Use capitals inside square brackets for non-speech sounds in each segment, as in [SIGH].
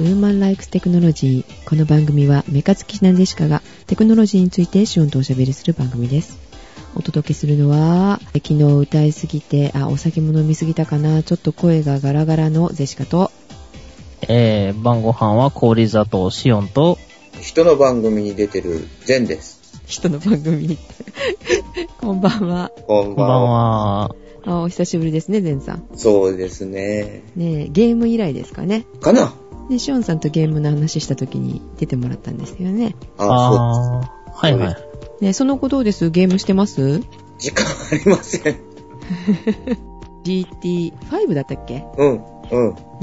ウーマンライクステクノロジー。この番組はメカツキシナデシカがテクノロジーについてシオンとおしゃべりする番組です。お届けするのは、昨日歌いすぎて、あ、お酒も飲みすぎたかな、ちょっと声がガラガラのゼシカと、えー、晩ご飯は氷砂糖、シオンと、人の番組に出てるゼンです。人の番組 [LAUGHS] にこんばんは。こんこんばん。は。あ、お久しぶりですね、ゼンさん。そうですね。ねえゲーム以来ですかね。かなで、シオンさんとゲームの話した時に出てもらったんですよね。あそうあー、はいはい。ねえその後どうですゲームしてます時間ありません。 ?GT5 だったっけうん、う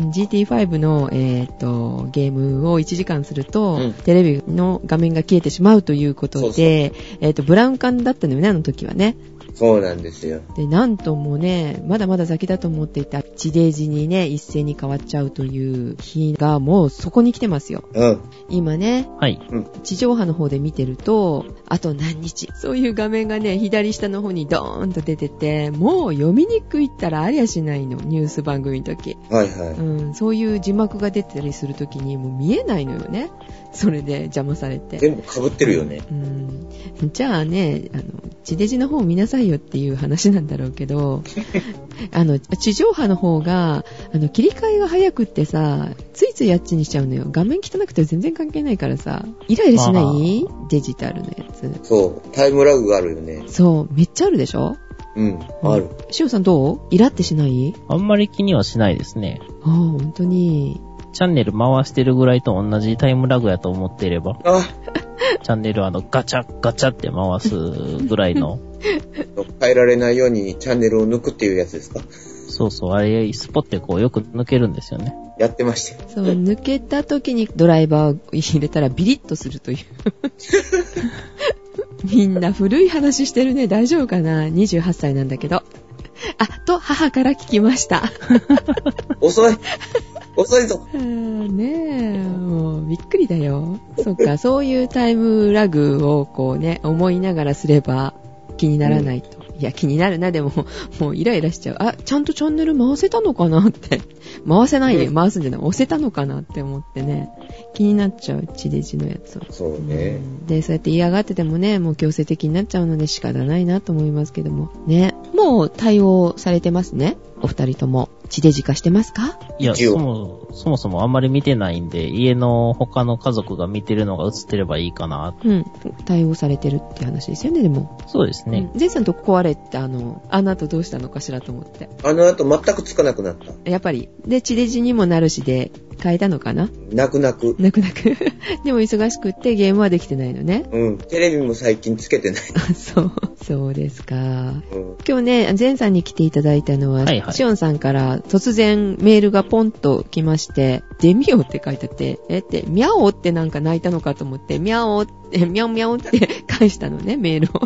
ん。 GT5 の、えー、とゲームを1時間すると、うんテレビの画面が消えてしまうということで、えー、とブラウン管だったのよね、あの時はね。そうなんですよ。で、なんともね、まだまだ先だと思っていた地デジにね、一斉に変わっちゃうという日がもうそこに来てますよ。うん。今ね、はい。地上波の方で見てると、あと何日、そういう画面がね、左下の方にドーンと出てて、もう読みにくいったらありゃしないの、ニュース番組の時。はいはうん、そういう字幕が出てたりするときにもう見えないのよね。それで邪魔されい。て。全部被ってるよね。うん、じゃあね、あの、地デジの方を見なさいよっていう話なんだろうけ [LAUGHS] ど、あの、地上波の方が、あの、切り替えが早くってさ、ついついあっちにしちゃうのよ。画面汚くて全然関係ないからさ、イライラしないデジタルのやつ。そう。タイムラグがあるよね。そう、めっちゃあるでしょうん、ある。。しおさんどうイラってしないあんまり気にはしないですね。ああ、本当に。チャンネル回してるぐらいと同じタイムラグやと思っていれ [LAUGHS] ば、あ、チャンネルあの、ガチャッガチャって回すぐらい [LAUGHS] の、変えられないようにチャンネルを抜くっていうやつですかそうそう、あれ、スポってこうよく抜けるんですよね。やってましたよ。そう、抜けた時にドライバーを入れたらビリッとするという。みんな古い話してるね。大丈夫かな ?28 歳なんだけど。あ、と、母から聞きました。遅い遅いぞあーねえ、もうびっくりだよ。そっか、そういうタイムラグをこうね、思いながらすれば気にならないと。いや、気になるな、でも、もうイライラしちゃう。あ、ちゃんとチャンネル回せたのかなって。回せないで、うん回すんじゃない。押せたのかなって思ってね。気になっちゃう、地デジのやつを。そうね。で、そうやって嫌がっててもね、もう強制的になっちゃうので仕方ないなと思いますけども。ね。もう対応されてますね。お二人とも。地デジ化してますかいや、一応そも、そもそもあんまり見てないんで、家の他の家族が見てるのが映ってればいいかな。うん、対応されてるって話ですよね、でも。そうですね。うん。ゼイさんと壊れて、あの、あの後どうしたのかしらと思って。あの後全くつかなくなった。やっぱり。で、地デジにもなるしで、変えたのかな泣く泣く。泣く泣く。 [LAUGHS] でも忙しくってゲームはできてないのね。 [LAUGHS] うん。テレビも最近つけてない。あそう。 [LAUGHS] そうですか。うん。今日ね、ゼンさんに来ていただいたのは、はいはいシオンさんから突然メールがポンと来まして、デミオって書いてあって、えって、ミャオってなんか泣いたのかと思って、ミャオって、 [LAUGHS] ミャオミャオって返したのね、メールを。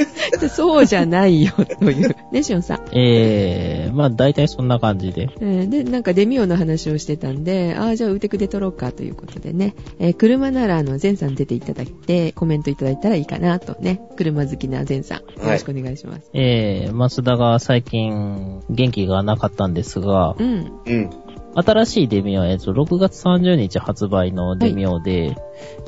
[LAUGHS] でそうじゃないよ、という。ね、シオンさん。えー、まあ大体そんな感じで。えーで、なんかデミオの話をしてたんで、ああ、じゃあウテクで撮ろうかということでね、えー車ならあの、ゼンさん出ていただいて、コメントいただいたらいいかなとね、車好きなゼンさん、よろしくお願いします。えー、松田が最近元気がなかったんですが、うん。うん。新しいデミオ、えっと、6月30日発売のデミオで、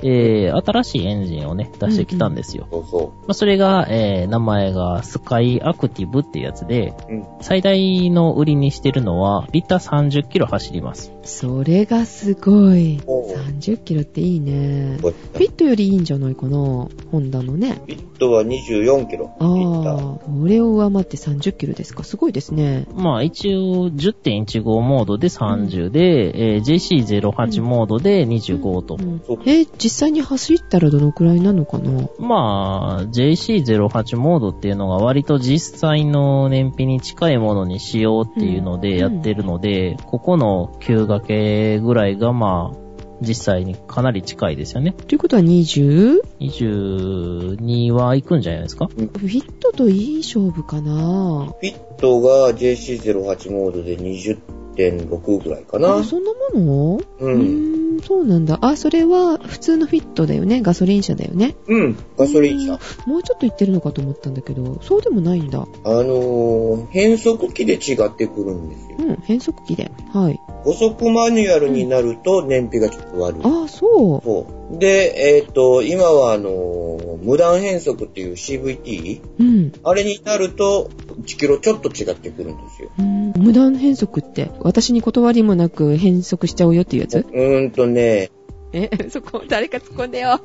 えー、新しいエンジンをね、出してきたんですよ。そうそまあ、それが、えー、名前がスカイアクティブっていうやつで、う。うん。最大の売りにしてるのは、リッター30キロ走ります。それがすごい。おう30キロっていいね。こうフやィっットよりいいんじゃないかな。ホンダのね。たフィットは24キロ。あフィッターあ、これを上回って30キロですか。すごいですね。まあ一応10.15モードで30で、えー JC08 モードで25とう。んそうえ、実際に走ったらどのくらいなのかなまあ、JC08 モードっていうのが割と実際の燃費に近いものにしようっていうのうんでやってるので、ここの9掛けぐらいがまあ、実際にかなり近いですよね。ということは 20? 22はいくんじゃないですかフィットといい勝負かな。フィットが JC08 モードで20.6ぐらいかなあ。そんなものううーん。んーん、そうなんだ。あ、それは普通のフィットだよね。ガソリン車だよね。うん、ガソリン車。もうちょっと行ってるのかと思ったんだけど、そうでもないんだ。あのー、変速機で違ってくるんですよ。うん、変速機で。はい。 5速マニュアルになると燃費がちょっと悪い。あ、そう。そうで、えっ、と、今はあのー無断変速っていう CVT? うん。うあれになると1キロちょっと違ってくるんですよ。ーん無断変速って、私に断りもなく変速しちゃうよっていうやつうーんとね、え、そこ、誰か突っ込んでよ。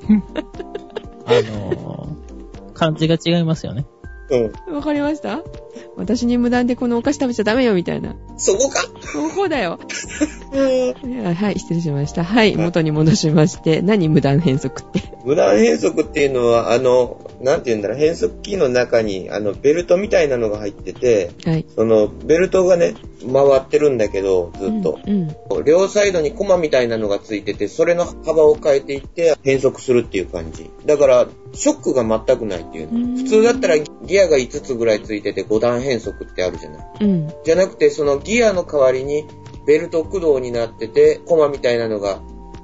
あのー、感じが違いますよね。うん、わかりました私に無断でこのお菓子食べちゃダメよ、みたいな。そこか。そうそうだよ。うんいやはい、失礼しました。はい、元に戻しまして。何無断変則って。無断変速っていうのは、あの、なんて言うんだろう、変速機の中に、あの、ベルトみたいなのが入ってて、はい。その、ベルトがね、回ってるんだけど、ずっと。うん。両サイドにコマみたいなのがついてて、それの幅を変えていって、変速するっていう感じ。だから、ショックが全くないっていううんの。普通だったらギアが5つぐらいついてて5段変速ってあるじゃない。うん。じゃなくて、そのギアの代わりに、ベルト駆動になってて、コマみたいなのが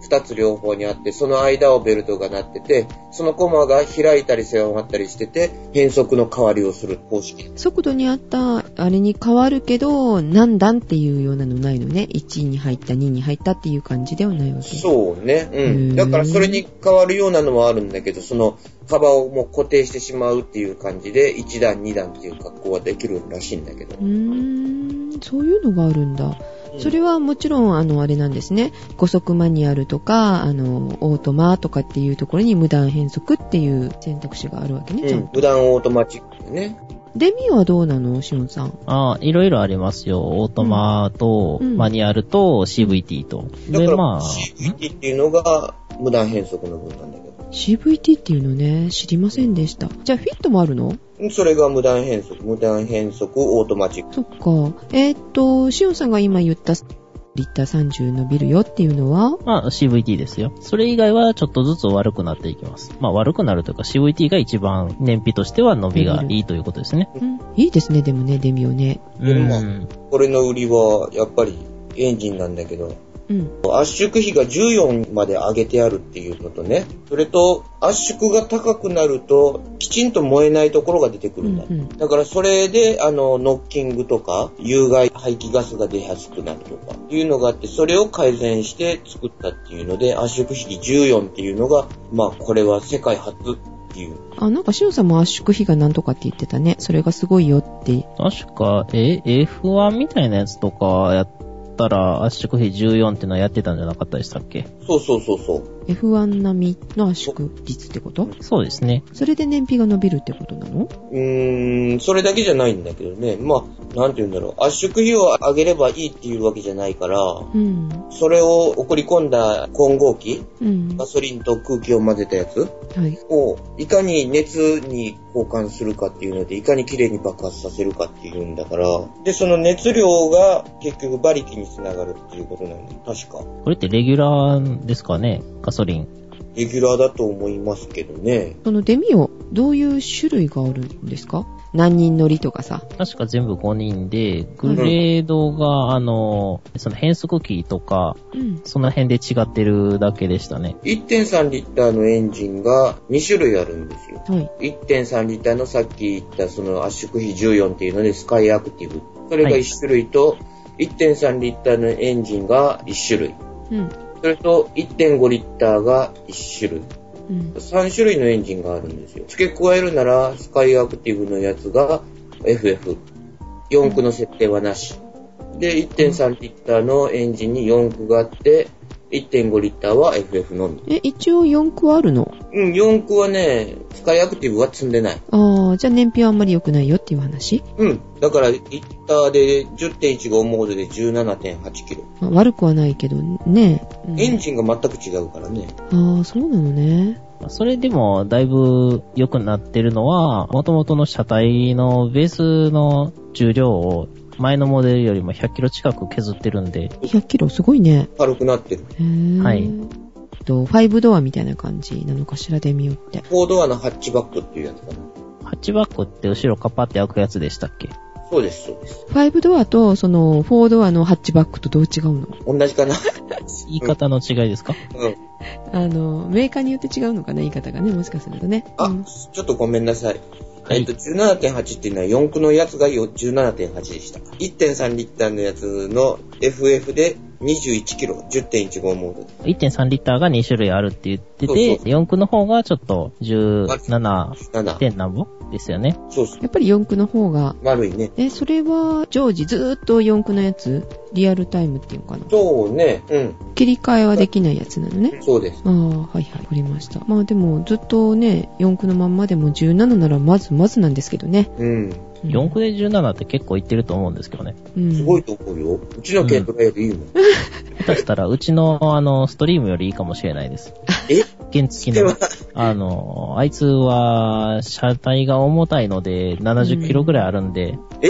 2つ両方にあって、その間をベルトがなってて、そのコマが開いたり狭まったりしてて、変速の代わりをする方式。速度に合った、あれに変わるけど、何段っていうようなのないのね。1に入った、2に入ったっていう感じではないわけ。そうね。ううんん。だからそれに変わるようなのはあるんだけど、その幅をもう固定してしまうっていう感じで、1段2段っていう格好はできるらしいんだけど。うーん、そういうのがあるんだ。それはもちろん、あの、あれなんですね。五速マニュアルとか、あの、オートマとかっていうところに無断変則っていう選択肢があるわけね、うちゃんん。と。無断オートマチックね。デミオはどうなのシオンさん。ああ、いろいろありますよ。オートマと、うんマニュアルと CVT と。だかで、らまあ、 CVT っていうのが無断変則の分なんだけど。 CVT っていうのね、知りませんでした。じゃあ、フィットもあるのそれが無断変則、無断変則オートマチック。そっか。えーっと、シオンさんが今言った、リッター30伸びるよっていうのは、まあ CVT ですよ。それ以外はちょっとずつ悪くなっていきます。まあ悪くなるというか CVT が一番燃費としては伸びがいいということですね。うん、いいですね、でもね、デミオね。んう。うんこれの売りは、やっぱりエンジンなんだけど、うん。圧縮比が14まで上げてあるっていうのとね、それと圧縮が高くなるときちんと燃えないところが出てくるんだ。うんうんだからそれで、あの、ノッキングとか、有害排気ガスが出やすくなるとか、いうのがあって、それを改善して作ったっていうので、圧縮比14っていうのが、まあこれは世界初っていう。あ、なんかシオンさんも圧縮比がなんとかって言ってたね。それがすごいよって。確か、え、F1 みたいなやつとかやったら圧縮比14ってのはやってたんじゃなかったでしたっけそうそうそうそう。 F1 並みの圧縮率ってことそうですね。それで燃費が伸びるってことなのうーん、それだけじゃないんだけどね。まあ、なんて言うんだろう。圧縮比を上げればいいっていうわけじゃないから、うん。それを送り込んだ混合機、うん。ガはソリンと空気を混ぜたやつい。を、いかに熱に交換するかっていうので、いかに綺麗に爆発させるかっていうんだから、で、その熱量が結局馬力につながるっていうことなんで、確か。これってレギュラーですかねガソリン。レギュラーだと思いますけどね。そのデミオ、どういう種類があるんですか何人乗りとかさ。確か全部5人で、グレードが、あの、その変速機とか、うん。その辺で違ってるだけでしたね。 1.3リッターのエンジンが2種類あるんですよ。はい。 1.3リッターのさっき言ったその圧縮比14っていうのでスカイアクティブ。それが1種類と、1.3リッターのエンジンが1種類。うん。それと1.5リッターが1種類。うん。 3種類のエンジンがあるんですよ。付け加えるなら、スカイアクティブのやつが FF。4区の設定はなし。で、1.3リッターのエンジンに4区があって、1.5リッターは FF のみ。え、一応4区あるのうん、4区はね、スカイアクティブは積んでない。ああ、じゃあ燃費はあんまり良くないよっていう話、うん。だから、リッターで10.15モードで17.8キロ。まあ悪くはないけどね。うんエンジンが全く違うからね。ああ、そうなのね。それでも、だいぶ良くなってるのは、元々の車体のベースの重量を、前のモデルよりも100キロ近く削ってるんで、 100キロすごいね。軽くなってる。へーはいと、5ドアみたいな感じなのかしら、デミオって。 4ドアのハッチバックっていうやつかな。ハッチバックって後ろカパって開くやつでしたっけそうです、そうです。 5ドアと、その、4ドアのハッチバックとどう違うの同じか [LAUGHS] な。言い方の違いですかうん。あの、メーカーによって違うのかな言い方がね、もしかするとね。あうん、ちょっとごめんなさい。いえっと、17.8っていうのは4区のやつがよ17.8でした。1.3リッターのやつの FF で21キロ、10.15モール。 1.3リッターが2種類あるって言ってそうそうて、4区の方がちょっと17 7。点なんぼですよね。そうそう。やっぱり4区の方が、悪いね。え、それは、常時ずーっと4区のやつリアルタイムっていうのかなそうね。う切り替えはできないやつなのね。ん。そうです。ああ、はいはい、わかりました。まあでも、ずっとね、4区のまんまでも17ならまずまずなんですけどね。うん。うん4区で17って結構いってると思うんですけどね。うん、すごいと思うよ。うちの軽トラよりいいもん。 [LAUGHS] 下手したら、うちの、あの、ストリームよりいいかもしれないです。え原付きでのは。、あの、あいつは、車体が重たいので、70キロぐらいあるんで、え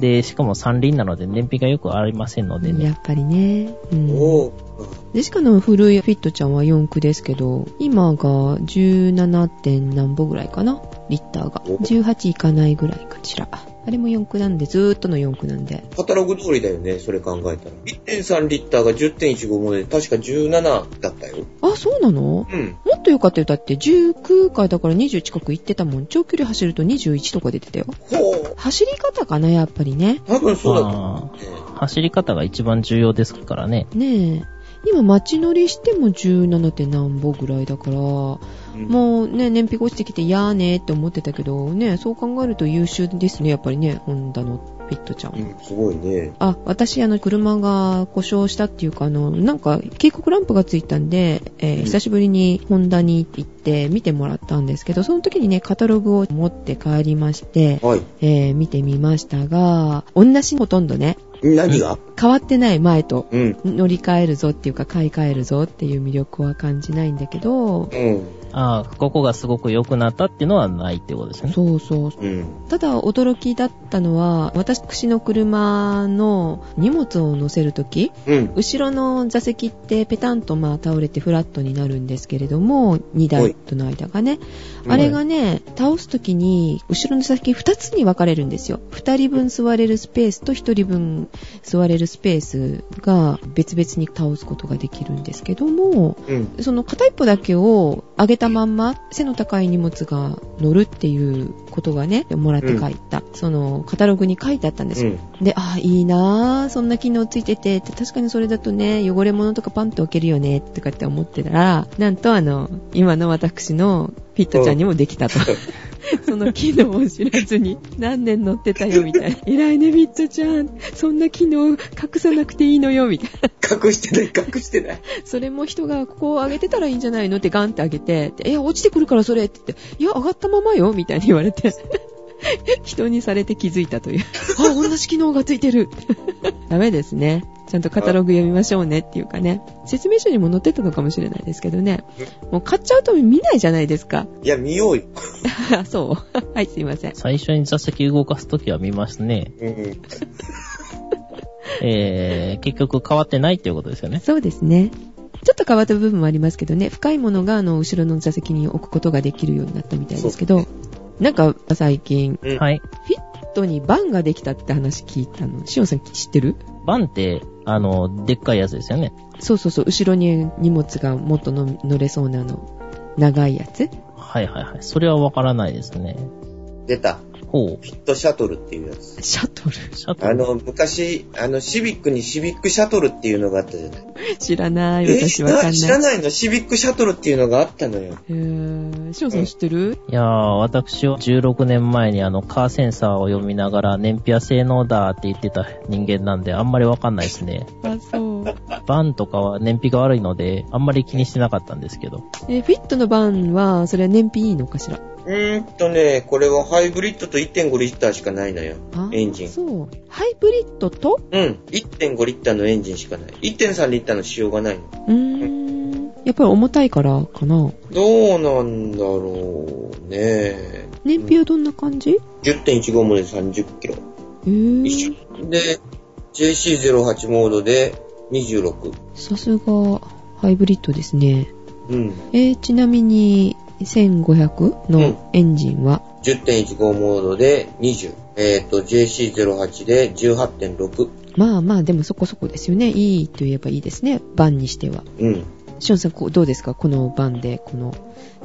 で、しかも三輪なので燃費がよくありませんのでね。やっぱりね。うん。おーでしかの古いフィットちゃんは4区ですけど、今が 17. 点何歩ぐらいかなリッターが。お18いかないぐらいかしら。あれも4区なんで、ずーっとの4区なんで。カタログ通りだよね、それ考えたら。1.3リッターが10.15モールで、確か17だったよ。あ、そうなのうん。もっと良かったよ。だって19回だから20近く行ってたもん。長距離走ると21とか出てたよ。ほう。走り方かな、やっぱりね。多分そうだと思まうね。あ、走り方が一番重要ですからね。ねえ。今街乗りしても 17. 点何歩ぐらいだから、もうんうね、燃費が落ちてきてやーねーって思ってたけど、ね、そう考えると優秀ですね、やっぱりね、ホンダのフィットちゃんは。うん、すごいね。あ、私、あの、車が故障したっていうか、あの、なんか、警告ランプがついたんで、えー久しぶりにホンダに行って見てもらったんですけど、その時にね、カタログを持って帰りまして、はい。えー見てみましたが、同じほとんどね、何が変わってない前と。うん。乗り換えるぞっていうか買い換えるぞっていう魅力は感じないんだけど、うん。ああ、ここがすごく良くなったっていうのはないってことですね。そうそう。うん。ただ驚きだったのは、私の車の荷物を乗せるとき、うん。後ろの座席ってペタンとまあ倒れてフラットになるんですけれども、2台との間がね。はいあれがね、倒すときに、後ろの座席2つに分かれるんですよ。2人分座れるスペースと1人分座れるスペースが別々に倒すことができるんですけども、うん。その片一歩だけを上げたまんま背の高い荷物が乗るっていうことがね、もらって書いた、そのカタログに書いてあったんですよ。で、あーいいなぁ、そんな機能ついてて、確かにそれだとね、汚れ物とかパンって置けるよね、とかって思ってたら、なんとあの、今の私のフィットちゃんにもできたと。 [LAUGHS] その機能を知らずに、何年乗ってたよ、みたい [LAUGHS] な。偉いね、フィットちゃん。そんな機能隠さなくていいのよ、みたいな。隠してない、隠してない。それも人がここを上げてたらいいんじゃないのってガンって上げて、いや、落ちてくるからそれって言って、いや、上がったままよ、みたいに言われて。 [LAUGHS] 人にされて気づいたという。あ、同じ機能がついてる。 [LAUGHS] ダメですね。ちゃんとカタログ読みましょうねっていうかね。説明書にも載ってたのかもしれないですけどね。もう買っちゃうと見ないじゃないですか。 [LAUGHS] いや、見ようよ。あそう。 [LAUGHS] はい、すいません。最初に座席動かすときは見ますね。うん。えー、結局変わってないっていうことですよね。そうですね。ちょっと変わった部分もありますけどね、深いものがあの後ろの座席に置くことができるようになったみたいですけど、なんか最近、うんはい。フィットにバンができたって話聞いたの。しおんさん知ってるバンって、あの、でっかいやつですよね。そうそうそう、後ろに荷物がもっとの乗れそうなあの、長いやつ。はいはいはい。それはわからないですね。出た。ほフィットシャトルっていうやつ。シャトル。う。シャトあル。の、昔、あの、シビックにシビックシャトルっていうのがあったじゃない。知らない、え、私知わからんな。ないい知らないのシビックシャトルっていうのがあったのよ。えー、しおんさん知ってるいやー、私は16年前にあの、カーセンサーを読みながら燃費や性能だって言ってた人間なんで、あんまりわかんないですね。あ、そう。バンとかは燃費が悪いので、あんまり気にしてなかったんですけど。え、フィットのバンは、それは燃費いいのかしらうーんとね、これはハイブリッドと1.5リッターしかないのよ。あエンジンそう。ハイブリッドとうん。1.5リッターのエンジンしかない。1.3リッターの仕様がないの。うーん。やっぱり重たいからかな。どうなんだろうね。燃費はどんな感じ10.15モールで30キロ。え一ー、緒。で、JC08 モードで26。さすが、ハイブリッドですね。うん。えー、ちなみに、1500うんのエンジンは、 10.15モードで20。えっ、と、JC08 で18.6。まあまあ、でもそこそこですよね。いいと言えばいいですね。版にしては。うん。シオンさん、こうどうですかこの版で、この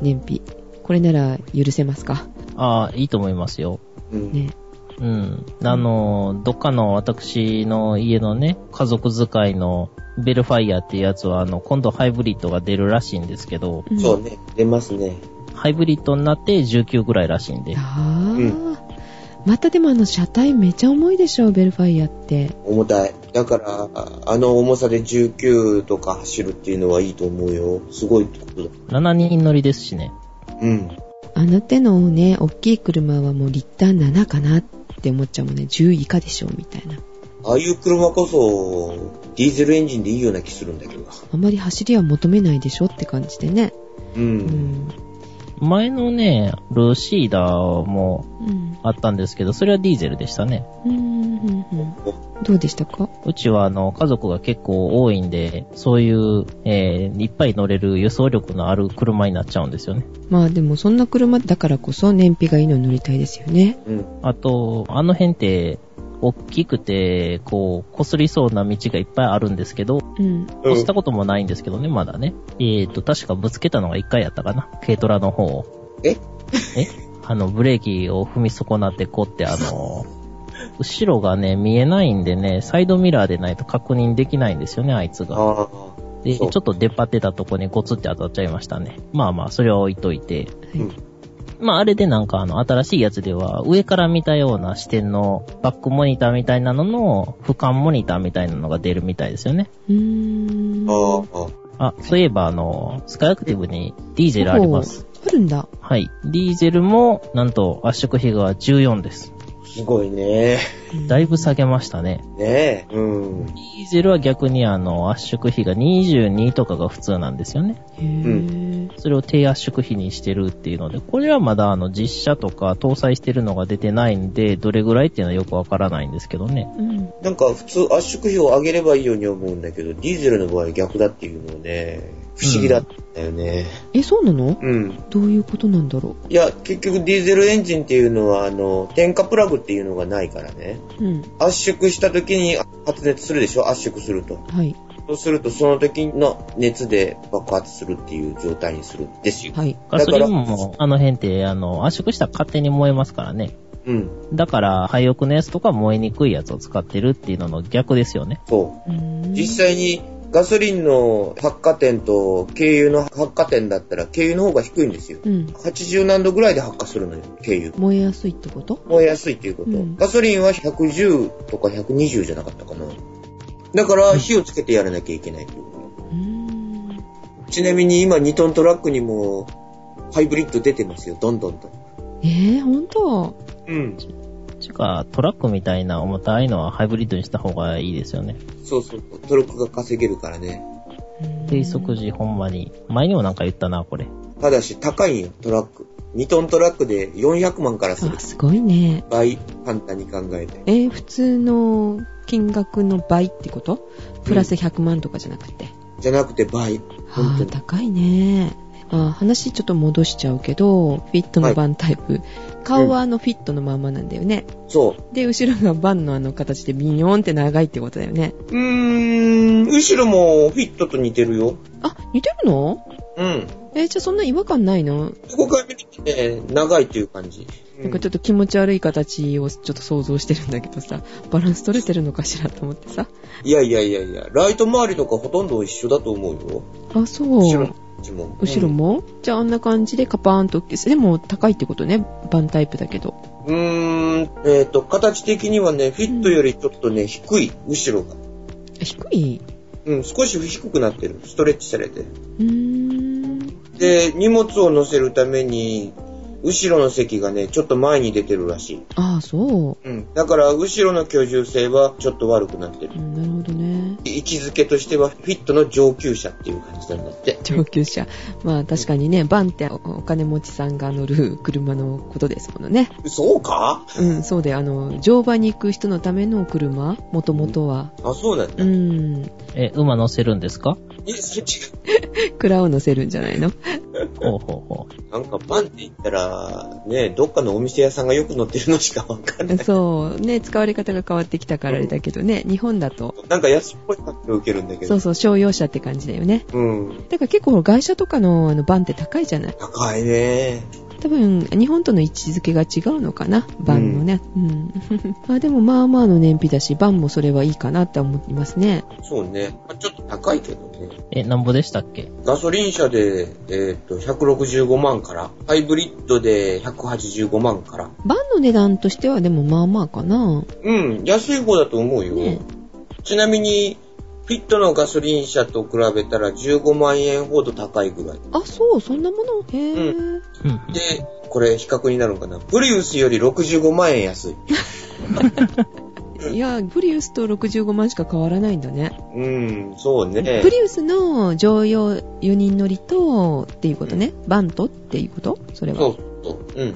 燃費。これなら許せますかああ、いいと思いますよ。うん。ね。うん。あの、どっかの私の家のね、家族使いのベルファイアっていうやつは、あの、今度ハイブリッドが出るらしいんですけど、んそうね。出ますね。ハイブリッドになって19ぐらいらしいんで。ああ、うんまたでもあの車体めちゃ重いでしょ、ベルファイアって。重たい。だから、ああの重さで19とか走るっていうのはいいと思うよ。すごいことだ。 7人乗りですしね。うん。あの手のね、大きい車はもうリッター7かなって思っちゃうもんね。10以下でしょ、みたいな。ああいう車こそ、ディーゼルエンジンでいいような気するんだけどな。あまり走りは求めないでしょって感じでね。う。うんん。前のね、ルシーダーもうん。あったんですけど、それはディーゼルでしたね。うん。うんうんどうでしたかうちはあの、家族が結構多いんで、そういう、えー、いっぱい乗れる輸送力のある車になっちゃうんですよね。まあでもそんな車だからこそ燃費がいいのに乗りたいですよね。うん。あと、あの辺って、大きくて、こう、擦りそうな道がいっぱいあるんですけど、うん。うん擦したこともないんですけどね、まだね。えーと、確かぶつけたのが一回やったかな。軽トラの方を。ええ [LAUGHS] あの、ブレーキを踏み損なってこうって、あの、後ろがね、見えないんでね、サイドミラーでないと確認できないんですよね、あいつが。ああ。で、ちそょうっと出っ張ってたとこにゴツって当たっちゃいましたね。まあまあ、それは置いといて。うん。まあ、あれでなんか、あの、新しいやつでは、上から見たような視点のバックモニターみたいなのの、俯瞰モニターみたいなのが出るみたいですよね。うーん。ああ。あ、そういえば、あの、スカイアクティブにディーゼルあります。おー。あるんだ。はい。ディーゼルも、なんと、圧縮比が14です。すごいね。だいぶ下げましたね。ねえ。うん。ディーゼルは逆に、あの、圧縮比が22とかが普通なんですよね。へーそれを低圧縮比にしてるっていうので、これはまだ、あの、実写とか搭載してるのが出てないんで、どれぐらいっていうのはよくわからないんですけどね。うん。なんか普通圧縮比を上げればいいように思うんだけど、ディーゼルの場合逆だっていうのね、不思議だったよね。え、そうなのうん。どういうことなんだろいや、結局ディーゼルエンジンっていうのは、あの、点火プラグっていうのがないからね。う。うん。圧縮した時に発熱するでしょ圧縮すると。はい。そうすると、その時の熱で爆発するっていう状態にするんですよ。はい。ガだソからリンも、あの辺って、あの、圧縮したら勝手に燃えますからね。うん。だから、廃屋のやつとか燃えにくいやつを使ってるっていうのの逆ですよね。そうーう。ん実際に、ガソリンの発火点と軽油の発火点だったら、軽油の方が低いんですよ。うん。油80何度ぐらいで発火するのよ、軽油。燃えやすいってこと燃えやすいっていうこと。うんガソリンは110とか120じゃなかったかな。だから、火をつけてやらなきゃいけないっていう。うーん。ちなみに今2トントラックにもハイブリッド出てますよ、どんどんと。えー、ほんとうん。ちか、トラックみたいな重たいのはハイブリッドにした方がいいですよね。そうそう、トラックが稼げるからね。低速時ほんまに。前にもなんか言ったな、これ。ただし高いんよ、トラック。2トントラックで400万からするあ、。すごいね。倍、簡単に考えて。えー、普通の金額の倍ってことプラス100万とかじゃなくて。じゃなくて倍。は本当あ、に高いね。あ話ちょっと戻しちゃうけど、フィットのバンタイプ。顔はあのフィットのまんまなんだよね。そう。で、後ろがバンのあの形でビニョーンって長いってことだよね。うーん、後ろもフィットと似てるよ。あ、似てるのうん。えーじゃあそんな違和感ないの、ここから見るとね、長いという感じ。うなんんかちょっと気持ち悪い形をちょっと想像してるんだけどさ、バランス取れてるのかしらと思ってさ。いやいやいやいや、ライト周りとかほとんど一緒だと思うよ。あ、そう。後ろのこっちも。後ろも、じゃああんな感じでカパーンと、でも高いってことね、バンタイプだけど。うーん、えっ、と、形的にはね、フィットよりちょっとね、低い、後ろが。低いうん、少し低くなってる。ストレッチされて。うーん。で、荷物を乗せるために、後ろの席がね、ちょっと前に出てるらしい。ああ、そうん。だから、後ろの居住性はちょっと悪くなってう。うる。んなるほどね。位置づけとしては、フィットの上級者っていう感じなんだって。上級者。まあ確かにね、バンっておお金持ちさんが乗る車のことですものね。そうかうん、そうで、あの、乗馬に行く人のための車、もともとは。あ、そうなんうだ。ん、え、馬乗せるんですかえ、それ違蔵を乗せるんじゃないのう。ほうほうほなんかパンって言ったら、ね、どっかのお店屋さんがよく乗ってるのしかわかんない。そう、ね、使われ方が変わってきたからあれだけどね、日本だと、なんか安っぽい感じを受けるんだけそど。うそう、商用車って感じだよね。うん。だから結構、外車とかのあのバンって高いじゃない。高いね。多分、日本との位置づけが違うのかな、バンのね。うん。ま [LAUGHS] あでも、まあまあの燃費だし、バンもそれはいいかなって思いますね。そうね。まあちょっと高いけどね。う。え、なんぼでしたっけガソリン車で、えーっと、165万から、ハイブリッドで185万から。バンの値段としては、でもまあまあかな。うん、安い方だと思うよ。ねちなみに、フィットのガソリン車と比べたら15万円ほど高いぐらい。あ、そう、そんなものへえ。うん。で、これ比較になるのかな。プリウスより65万円安い。いや、プリウスと65万しか変わらないんだね。うん、そうねプ。リウスの乗用4人乗りと、っていうことね。バントっていうことそれは。そうそう。うん。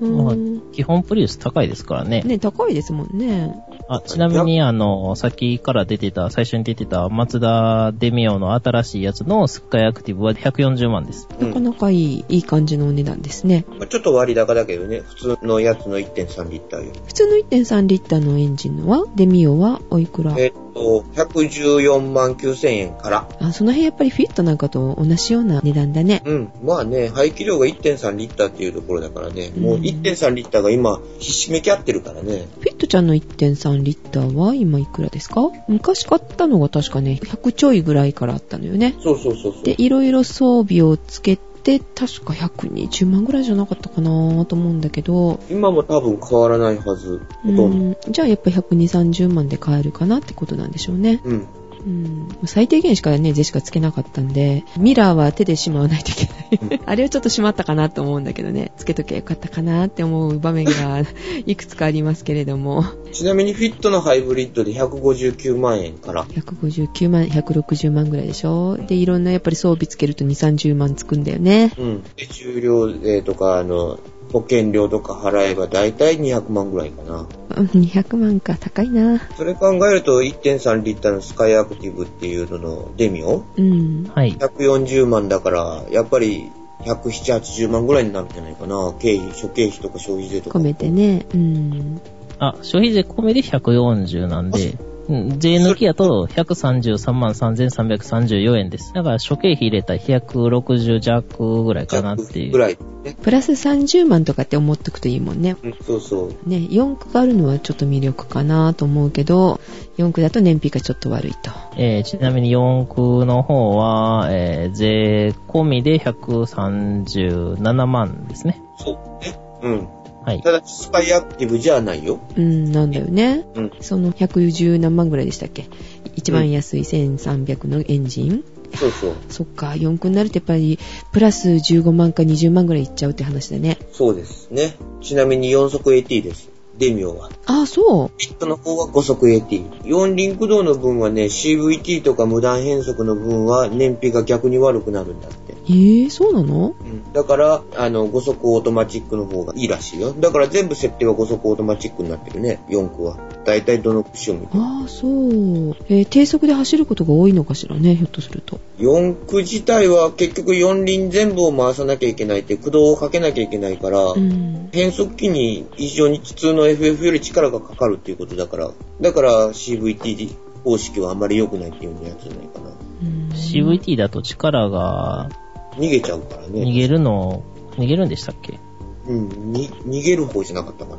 うまあん。基本プリウス高いですからね。ね、高いですもんね。あ、ちなみに、あの、さっきから出てた、最初に出てた、マツダデミオの新しいやつのスカイアクティブは140万です。うなかんなかいい、いい感じのお値段ですね。まあちょっと割高だけどね、普通のやつの1.3リッターより。普通の1.3リッターのエンジンのは、デミオはおいくらえーっと、114万9000円から。あ、その辺やっぱりフィットなんかと同じような値段だね。うん。まあね、排気量が1.3リッターっていうところだからね、もううん1.3リッターが今、ひしめき合ってるからね。フィットちゃんの1.3リッターは今いくらですか昔買ったのが確かね、100ちょいぐらいからあったのよね。そうそうそうそう。で、いろいろ装備をつけて、確か120万ぐらいじゃなかったかなと思うんだけど、今も多分変わらないはず。ほうとんど。ん、じゃあやっぱ120、30万で買えるかなってことなんでしょうね。うん。うん、最低限しかね、ジェシカつけなかったんで、ミラーは手でしまわないといけない。 [LAUGHS] あれはちょっとしまったかなと思うんだけどね、つけとけばよかったかなって思う場面が [LAUGHS] いくつかありますけれども、ちなみにフィットのハイブリッドで159万円から。 159万、160万ぐらいでしょで、いろんなやっぱり装備つけると2、30万つくんだよね。うん。で、重量税とか、あの、保険料とか払えば大体200万ぐらいかな。うん200万か、高いな。それ考えると1.3リッターのスカイアクティブっていうののデミオうん。はい。 140万だから、やっぱり107、80万ぐらいになるんじゃないかな。経費、諸経費とか消費税とか。込めてね、うん。あ、消費税込みで140なんで、うん税抜きやと133万3334円です。だから、諸経費入れたら160弱ぐらいかなっていぐう。らいね。プラス30万とかって思っとくといいもんね。うん、そうそう。ね、4区があるのはちょっと魅力かなと思うけど、4区だと燃費がちょっと悪いと。えーちなみに4区の方は、えー税込みで137万ですね。そうね。うん。はい。ただ、スカイアクティブじゃないよ。うん、なんだよね。うん。その110何万ぐらいでしたっけ一番安い1300のエンジン、そうそう。そっか、4区になるとやっぱり、プラス15万か20万ぐらいいっちゃうって話だね。そうですね。ちなみに4速 AT です。デミオは。あ、そう。ピットの方は5速 AT。4輪駆動の分はね、CVT とか無断変速の分は燃費が逆に悪くなるんだって。えー、そうなのうん。だから、あの、5速オートマチックの方がいいらしいよ。だから全部設定は5速オートマチックになってるね。4区は。だいたいどの機種も。ああ、そう。えー低速で走ることが多いのかしらね、ひょっとすると。 4駆自体は結局4輪全部を回さなきゃいけないって駆動をかけなきゃいけないから、うん。変速機に非常に普通の FF より力がかかるっていうことだから、だから CVT 方式はあんまり良くないっていうやつじゃないかな。うん、 CVT だと力が逃げちゃうからね。逃げるの、逃げるんでしたっけうん、に逃げる方じゃなかったかな。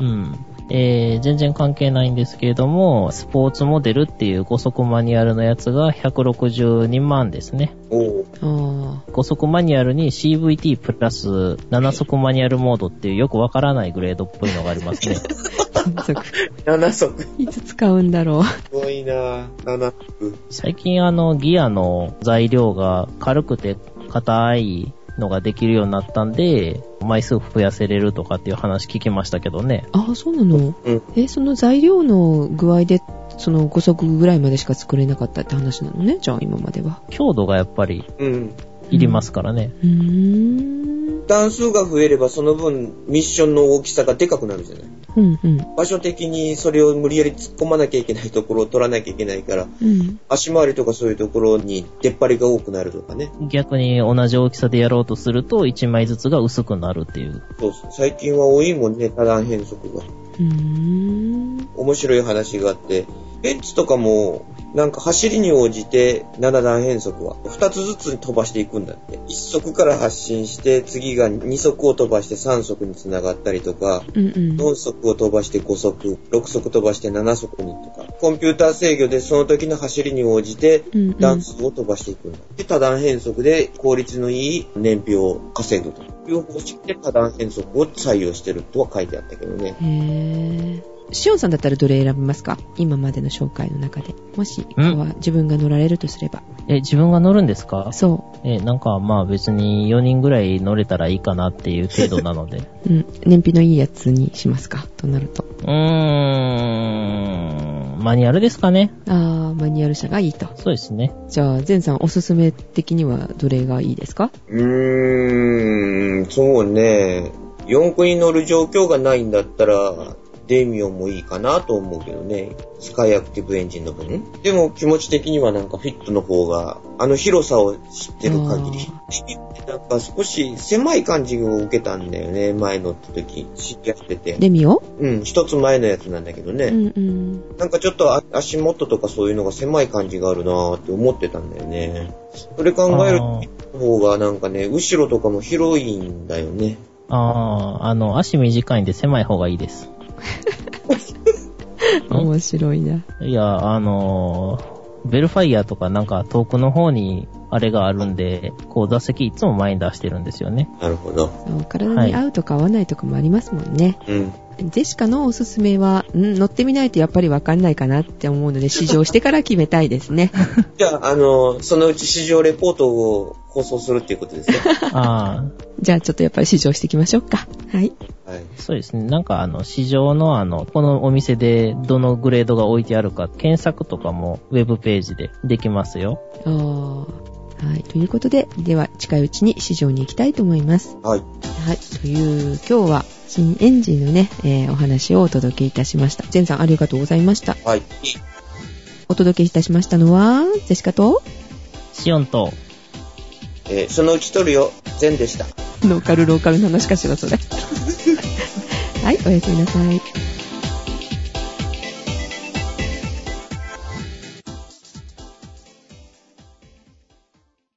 うん。えー、全然関係ないんですけれども、スポーツモデルっていう5速マニュアルのやつが162万ですね。おうああ。 5速マニュアルに CVT プラス7速マニュアルモードっていうよくわからないグレードっぽいのがありますね。そっか7速。す [LAUGHS] いつ使うんだろう。ごいな7速。 [LAUGHS] 最近あのギアの材料が軽くて硬いのができるようになったんで、枚数増やせれるとかっていう話聞きましたけどね。ああ、そうなの。うん。え、その材料の具合で、その5足ぐらいまでしか作れなかったって話なのね、じゃあ今までは。強度がやっぱりうん。いりますからね。うーん。段数が増えればその分ミッションの大きさがでかくなるじゃない。うんうん。場所的にそれを無理やり突っ込まなきゃいけないところを取らなきゃいけないから、うん。足回りとかそういうところに出っ張りが多くなるとかね。逆に同じ大きさでやろうとすると、1枚ずつが薄くなるっていう。そうそう。最近は多いもんね、多段変速が。うーん。面白い話があって、ベンツとかも、なんか走りに応じて7段変速は2つずつ飛ばしていくんだって。1速から発進して、次が2速を飛ばして3速につながったりとか、うんうん。 4速を飛ばして5速、6速飛ばして7速にとか、コンピューター制御でその時の走りに応じてうんうん段数を飛ばしていくんだ。で、多段変速で効率のいい燃費を稼ぐという方式で多段変速を採用してるとは書いてあったけどね。へぇー。シオンさんだったらどれ選びますか今までの紹介の中で。もし、は自分が乗られるとすれば。え、自分が乗るんですかそえ、なんかまあ別に4人ぐらい乗れたらいいかなっていう程度なので。う。うん。燃費のいいやつにしますかとなると。 [LAUGHS] うーん、マニュアルですかね。あー、マニュアル車がいいと。そうですね。じゃあ、ゼンさんおすすめ的にはどれがいいですかうーん、そうね。四駆に乗る状況がないんだったら、デミオンもいいかなと思うけどね。スカイアクティブエンジンの分。でも気持ち的にはなんかフィットの方が、あの広さを知ってる限り。なんか少し狭い感じを受けたんだよね、前乗った時。知り合ってて。デミオうん、一つ前のやつなんだけどうね。んうん。なんかちょっとあ足元とかそういうのが狭い感じがあるなーって思ってたんだよね。それ考えるとあー方がなんかね、後ろとかも広いんだよね。あー、あの、足短いんで狭い方がいいです。面白いな。いや、あのー、ベルファイアとかなんか遠くの方にあれがあるんで、こう座席いつも前に出してるんですよね。なるほど。そう体に合うとか合わないとかもありますもんね。うん。ジェシカのおすすめは、うん、乗ってみないとやっぱりわかんないかなって思うので、試乗してから決めたいですね。じゃあ、あの、そのうち市場レポートを放送するっていうことですね。あー、じゃあちょっとやっぱり試乗していきましょうか。はい。はい。そうですね。なんかあの、市場のあの、このお店でどのグレードが置いてあるか、検索とかもウェブページでできますよ。あーはい。ということで、では近いうちに試乗に行きたいと思います。はい。はい。という、今日は新エンジンのね、えーお話をお届けいたしました。ゼンさんありがとうございました。はい。お届けいたしましたのは、ジェシカと、シオンと、えーそのうち撮るよ。全でした。 [LAUGHS] ローカルローカルの話かしら、それ。はい。おやすみなさい。